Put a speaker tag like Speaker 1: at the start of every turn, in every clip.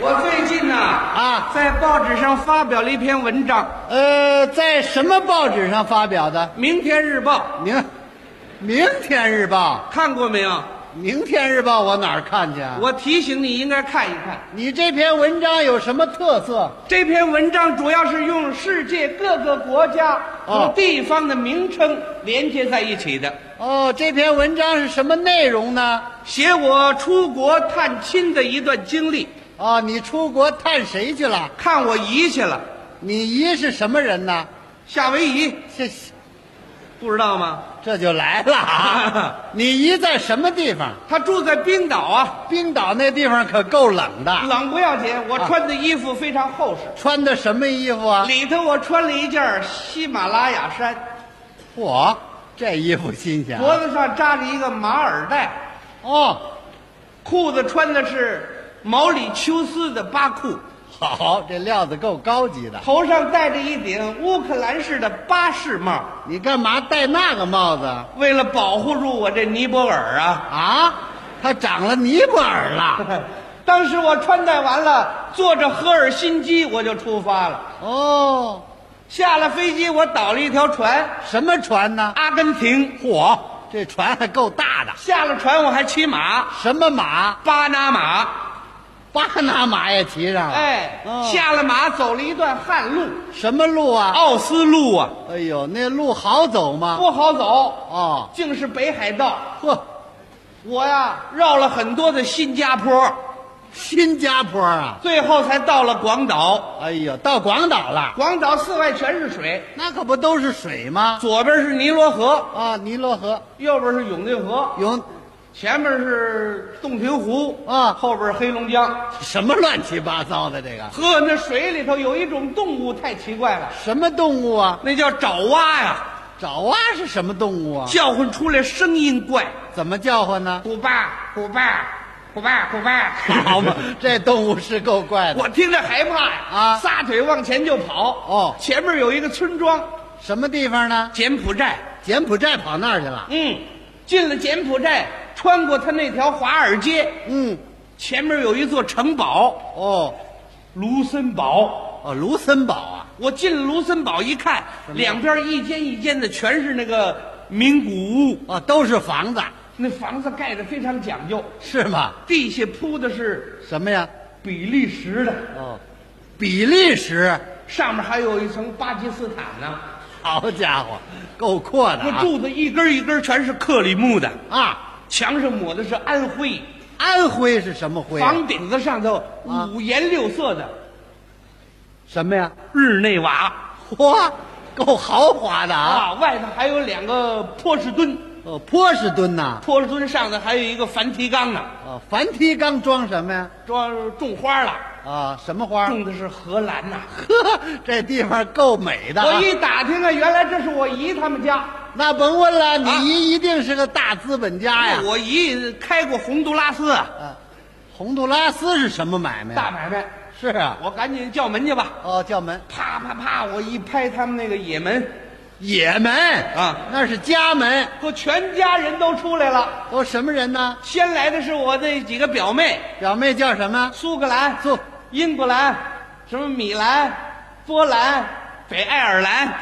Speaker 1: 我最近呐
Speaker 2: 啊
Speaker 1: 在报纸上发表了一篇文章，
Speaker 2: 呃，在什么报纸上发表的？
Speaker 1: 《明天日报
Speaker 2: 明，明天日报》，，
Speaker 1: 看过没有？
Speaker 2: 明天日报我哪儿看去啊？
Speaker 1: 我提醒你应该看一看。
Speaker 2: 你这篇文章有什么特色？
Speaker 1: 这篇文章主要是用世界各个国家
Speaker 2: 哦
Speaker 1: 和地方的名称连接在一起的，
Speaker 2: 哦，这篇文章是什么内容呢？
Speaker 1: 写我出国探亲的一段经历。
Speaker 2: 哦，你出国探谁去了？
Speaker 1: 看我姨去了，
Speaker 2: 你姨是什么人呢？
Speaker 1: 夏威夷，
Speaker 2: 这
Speaker 1: 不知道吗？
Speaker 2: 这就来了啊！你姨在什么地方？
Speaker 1: 她住在冰岛啊，
Speaker 2: 冰岛那地方可够冷的，
Speaker 1: 冷不要紧，我穿的衣服非常厚实，
Speaker 2: 穿的什么衣服啊？
Speaker 1: 里头我穿了一件喜马拉雅衫，
Speaker 2: 嚯，这衣服新鲜、
Speaker 1: 脖
Speaker 2: 啊！
Speaker 1: 子上扎着一个马耳带，
Speaker 2: 哦，
Speaker 1: 裤子穿的是毛里求斯的巴裤，
Speaker 2: 好，这料子够高级的。
Speaker 1: 头上戴着一顶乌克兰式的巴士帽。
Speaker 2: 你干嘛戴那个帽子啊
Speaker 1: 为了保护住我这尼泊尔啊，
Speaker 2: 啊？他长了尼泊尔了。
Speaker 1: 当时我穿戴完了，坐着赫尔辛基我就出发了。
Speaker 2: 哦，
Speaker 1: 下了飞机，我倒了一条船，
Speaker 2: 什么船呢？
Speaker 1: 阿根廷。
Speaker 2: 嚯，这船还够大的。
Speaker 1: 下了船，我还骑马，
Speaker 2: 什么马？
Speaker 1: 巴拿马。
Speaker 2: 巴拿马也骑上了。
Speaker 1: 哎，
Speaker 2: 啊哦
Speaker 1: 下了马，走了一段旱路，
Speaker 2: 什么路啊？
Speaker 1: 奥斯陆啊，
Speaker 2: 哎呦，那路好走吗？
Speaker 1: 不好走，
Speaker 2: 哦，
Speaker 1: 竟是北海道。
Speaker 2: 呵，
Speaker 1: 我呀，绕了很多的新加坡，
Speaker 2: 新加坡啊！
Speaker 1: 最后才到了广岛。
Speaker 2: 哎呦，到广岛了，
Speaker 1: 广岛四外全是水，
Speaker 2: 那可不都是水吗？
Speaker 1: 左边是尼罗河，
Speaker 2: 啊，尼罗河
Speaker 1: 右边是永定河。
Speaker 2: 有
Speaker 1: 前面是洞庭湖
Speaker 2: 啊
Speaker 1: 后边是黑龙江。
Speaker 2: 什么乱七八糟的？这个
Speaker 1: 呵，那水里头有一种动物太奇怪了，
Speaker 2: 什么动物啊？
Speaker 1: 那叫爪哇呀，
Speaker 2: 爪哇是什么动物啊？
Speaker 1: 叫唤出来声音怪，
Speaker 2: 怎么叫唤呢？
Speaker 1: 虎爸虎爸虎爸虎爸，
Speaker 2: 好嘛， 这动物是够怪 的。
Speaker 1: 我听着害怕呀，
Speaker 2: 啊
Speaker 1: 撒腿往前就跑。
Speaker 2: 哦
Speaker 1: 前面有一个村庄，
Speaker 2: 什么地方呢？
Speaker 1: 柬埔寨。
Speaker 2: 柬埔寨跑那儿去了？
Speaker 1: 嗯，进了柬埔寨，穿过他那条华尔街，
Speaker 2: 嗯，
Speaker 1: 前面有一座城堡
Speaker 2: 哦，
Speaker 1: ——卢森堡。
Speaker 2: 哦，卢森堡啊，
Speaker 1: 我进了卢森堡一看，两边一间一间的全是那个名古屋，
Speaker 2: 哦，都是房子，
Speaker 1: 那房子盖得非常讲究，
Speaker 2: 是吗？
Speaker 1: 地下铺的是
Speaker 2: 什么呀？
Speaker 1: 比利时的，
Speaker 2: 哦，比利时，
Speaker 1: 上面还有一层巴基斯坦呢。
Speaker 2: 好家伙，够阔的
Speaker 1: 那
Speaker 2: 啊！
Speaker 1: 柱子一根一根全是克里木的，
Speaker 2: 啊，
Speaker 1: 墙上抹的是安徽，
Speaker 2: 安徽是什么徽啊、
Speaker 1: 房顶子上头
Speaker 2: 啊
Speaker 1: 五颜六色的
Speaker 2: 什么呀？
Speaker 1: 日内瓦
Speaker 2: 嚯，够豪华的啊！
Speaker 1: 啊，外头还有两个波士顿，
Speaker 2: 哦，波士顿呐、
Speaker 1: 波士顿上头还有一个梵蒂冈呢，
Speaker 2: 哦，梵蒂冈装什么呀？
Speaker 1: 装种花了，
Speaker 2: 啊，什么花？
Speaker 1: 种的是荷兰呐、
Speaker 2: 呵，这地方够美的、啊。
Speaker 1: 我一打听啊，原来这是我姨他们家。
Speaker 2: 那甭问了，你
Speaker 1: 啊
Speaker 2: 姨一定是个大资本家哎呀。
Speaker 1: 我姨开过洪都拉斯啊
Speaker 2: 啊，洪都拉斯是什么买卖
Speaker 1: 大
Speaker 2: 哎呀？
Speaker 1: 买卖，
Speaker 2: 是啊，
Speaker 1: 我赶紧叫门去吧。
Speaker 2: 哦，叫门，
Speaker 1: 啪啪啪，我一拍他们那个野门，
Speaker 2: 也门
Speaker 1: 啊，
Speaker 2: 那是家门。
Speaker 1: 我全家人都出来了。
Speaker 2: 哦，什么人呢？
Speaker 1: 先来的是我那几个表妹，
Speaker 2: 表妹叫什么？
Speaker 1: 苏格兰、
Speaker 2: 苏
Speaker 1: 英格兰、什么米兰、波兰、北爱尔兰。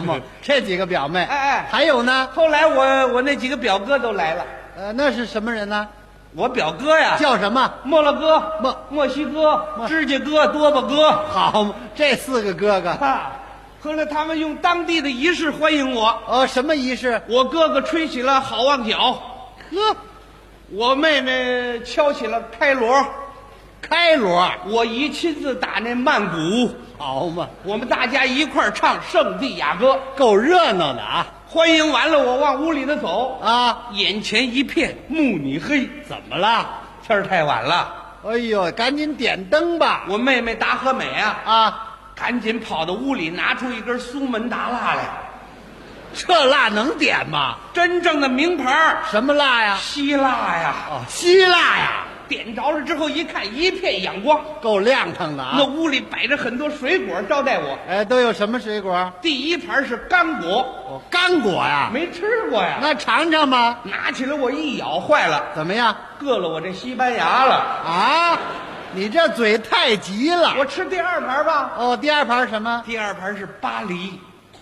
Speaker 2: 嘛，这几个表妹。
Speaker 1: 哎哎
Speaker 2: 还有呢？
Speaker 1: 后来我我那几个表哥都来了，
Speaker 2: 呃，那是什么人呢？
Speaker 1: 我表哥呀，
Speaker 2: 叫什么？
Speaker 1: 摩洛哥、
Speaker 2: 莫
Speaker 1: 墨西哥、指甲哥、多巴哥。
Speaker 2: 好嘛，这四个哥哥。
Speaker 1: 啊，后来他们用当地的仪式欢迎我，
Speaker 2: 哦，什么仪式？
Speaker 1: 我哥哥吹起了好望角，
Speaker 2: 呵，
Speaker 1: 我妹妹敲起了开锣，
Speaker 2: 开锣。
Speaker 1: 我姨亲自打那曼鼓，
Speaker 2: 好嘛，
Speaker 1: 我们大家一块儿唱《圣地亚哥》。
Speaker 2: 够热闹的啊
Speaker 1: 欢迎完了，我往屋里头走，
Speaker 2: 啊！
Speaker 1: 眼前一片慕尼黑，
Speaker 2: 怎么了？
Speaker 1: 天儿太晚了，
Speaker 2: 哎呦，赶紧点灯吧！
Speaker 1: 我妹妹达和美啊，
Speaker 2: 啊。
Speaker 1: 赶紧跑到屋里拿出一根苏门答腊来，
Speaker 2: 这辣能点吗？
Speaker 1: 真正的名牌儿，
Speaker 2: 什么辣呀？
Speaker 1: 希腊呀，
Speaker 2: 哦，希腊呀，
Speaker 1: 点着了之后一看，一片阳光。
Speaker 2: 够亮堂的啊
Speaker 1: 那。屋里摆着很多水果招待我。
Speaker 2: 哎，都有什么水果？
Speaker 1: 第一盘是干果，
Speaker 2: 哦，干果呀。
Speaker 1: 没吃过呀。
Speaker 2: 那尝尝吧，
Speaker 1: 拿起来我一咬，坏了，
Speaker 2: 怎么样？
Speaker 1: 硌了我这西班牙了。
Speaker 2: 啊，你这嘴太急了。
Speaker 1: 我吃第二盘吧。
Speaker 2: 哦，第二盘什么？
Speaker 1: 第二盘是巴黎，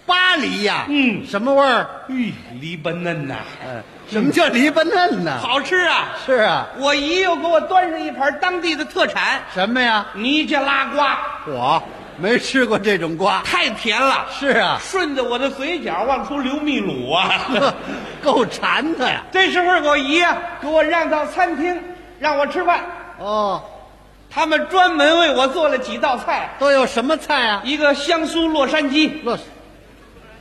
Speaker 2: 巴黎呀、
Speaker 1: 嗯
Speaker 2: 什么味儿？
Speaker 1: 咦，黎巴嫩呐、
Speaker 2: 嗯，什么叫黎巴嫩呢？
Speaker 1: 好吃啊！
Speaker 2: 是啊，
Speaker 1: 我姨又给我端上一盘当地的特产
Speaker 2: 什么呀？
Speaker 1: 尼加拉瓜，
Speaker 2: 我没吃过这种瓜。
Speaker 1: 太甜了，
Speaker 2: 是啊，
Speaker 1: 顺着我的嘴角往出流秘鲁啊！
Speaker 2: 够馋的呀。
Speaker 1: 这时候我姨啊给我让到餐厅，让我吃饭。
Speaker 2: 哦，
Speaker 1: 他们专门为我做了几道菜，
Speaker 2: 都有什么菜啊？
Speaker 1: 一个香酥洛杉矶，
Speaker 2: 洛，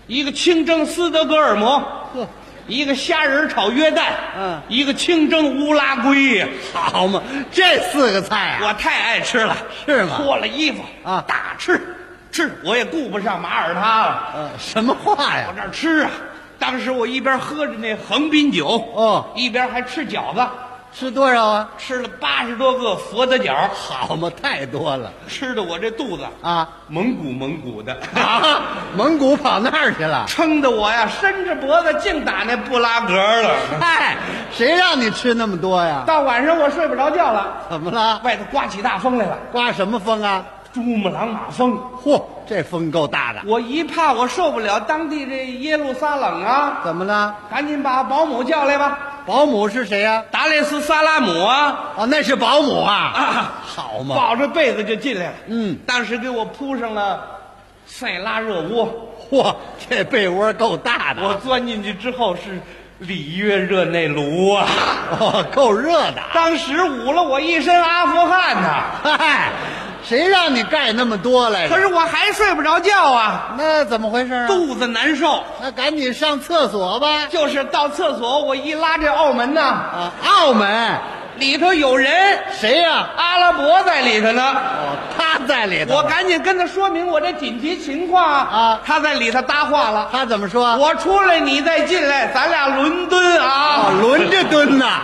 Speaker 1: 一个清蒸斯德哥尔摩，
Speaker 2: 呵，
Speaker 1: 一个虾仁炒约旦，
Speaker 2: 嗯哎
Speaker 1: 一个清蒸乌拉圭，
Speaker 2: 好嘛，这四个菜啊，
Speaker 1: 我太爱吃了，
Speaker 2: 是吗
Speaker 1: 脱了衣服
Speaker 2: 啊
Speaker 1: 大吃吃，我也顾不上马耳他了，
Speaker 2: 呃，什么话
Speaker 1: 往
Speaker 2: 呀？
Speaker 1: 这儿吃啊。当时我一边喝着那横滨酒，
Speaker 2: 哦，
Speaker 1: 一边还吃饺子，
Speaker 2: 吃多少啊？
Speaker 1: 吃了八十多个佛的饺，
Speaker 2: 好嘛，太多了
Speaker 1: 吃的我这肚子
Speaker 2: 啊！
Speaker 1: 蒙古蒙古的，
Speaker 2: 啊，蒙古跑那儿去了？
Speaker 1: 撑得我呀伸着脖子净打那布拉格了。
Speaker 2: 嗨，谁让你吃那么多呀？
Speaker 1: 到晚上我睡不着觉了，
Speaker 2: 怎么了？
Speaker 1: 外头刮起大风来了，
Speaker 2: 刮什么风啊？
Speaker 1: 珠穆朗玛峰。
Speaker 2: 嚯，这风够大的。
Speaker 1: 我一怕我受不了当地这耶路撒冷啊，
Speaker 2: 怎么了？
Speaker 1: 赶紧把保姆叫来吧。
Speaker 2: 保姆是谁呀、
Speaker 1: 达列斯萨拉姆啊，
Speaker 2: 哦，那是保姆啊。
Speaker 1: 啊
Speaker 2: 好嘛。
Speaker 1: 抱着被子就进来了。
Speaker 2: 嗯，
Speaker 1: 当时给我铺上了塞拉热窝，
Speaker 2: 嚯，这被窝够大的。
Speaker 1: 我钻进去之后是里约热内卢啊，
Speaker 2: 哦，够热的。
Speaker 1: 当时捂了我一身阿富汗呐、
Speaker 2: 嗨，谁让你盖那么多来着？
Speaker 1: 可是我还睡不着觉啊，
Speaker 2: 那怎么回事啊？
Speaker 1: 肚子难受。
Speaker 2: 那赶紧上厕所吧。
Speaker 1: 就是到厕所，我一拉这澳门呐，
Speaker 2: 啊，澳门
Speaker 1: 里头有人，
Speaker 2: 谁呀、
Speaker 1: 阿拉伯在里头呢。
Speaker 2: 哦，他在里头。
Speaker 1: 我赶紧跟他说明我这紧急情况
Speaker 2: 啊
Speaker 1: 他在里头搭话了。
Speaker 2: 他怎么说？
Speaker 1: 我出来，你再进来，咱俩伦敦啊！
Speaker 2: 哦，轮着蹲呐。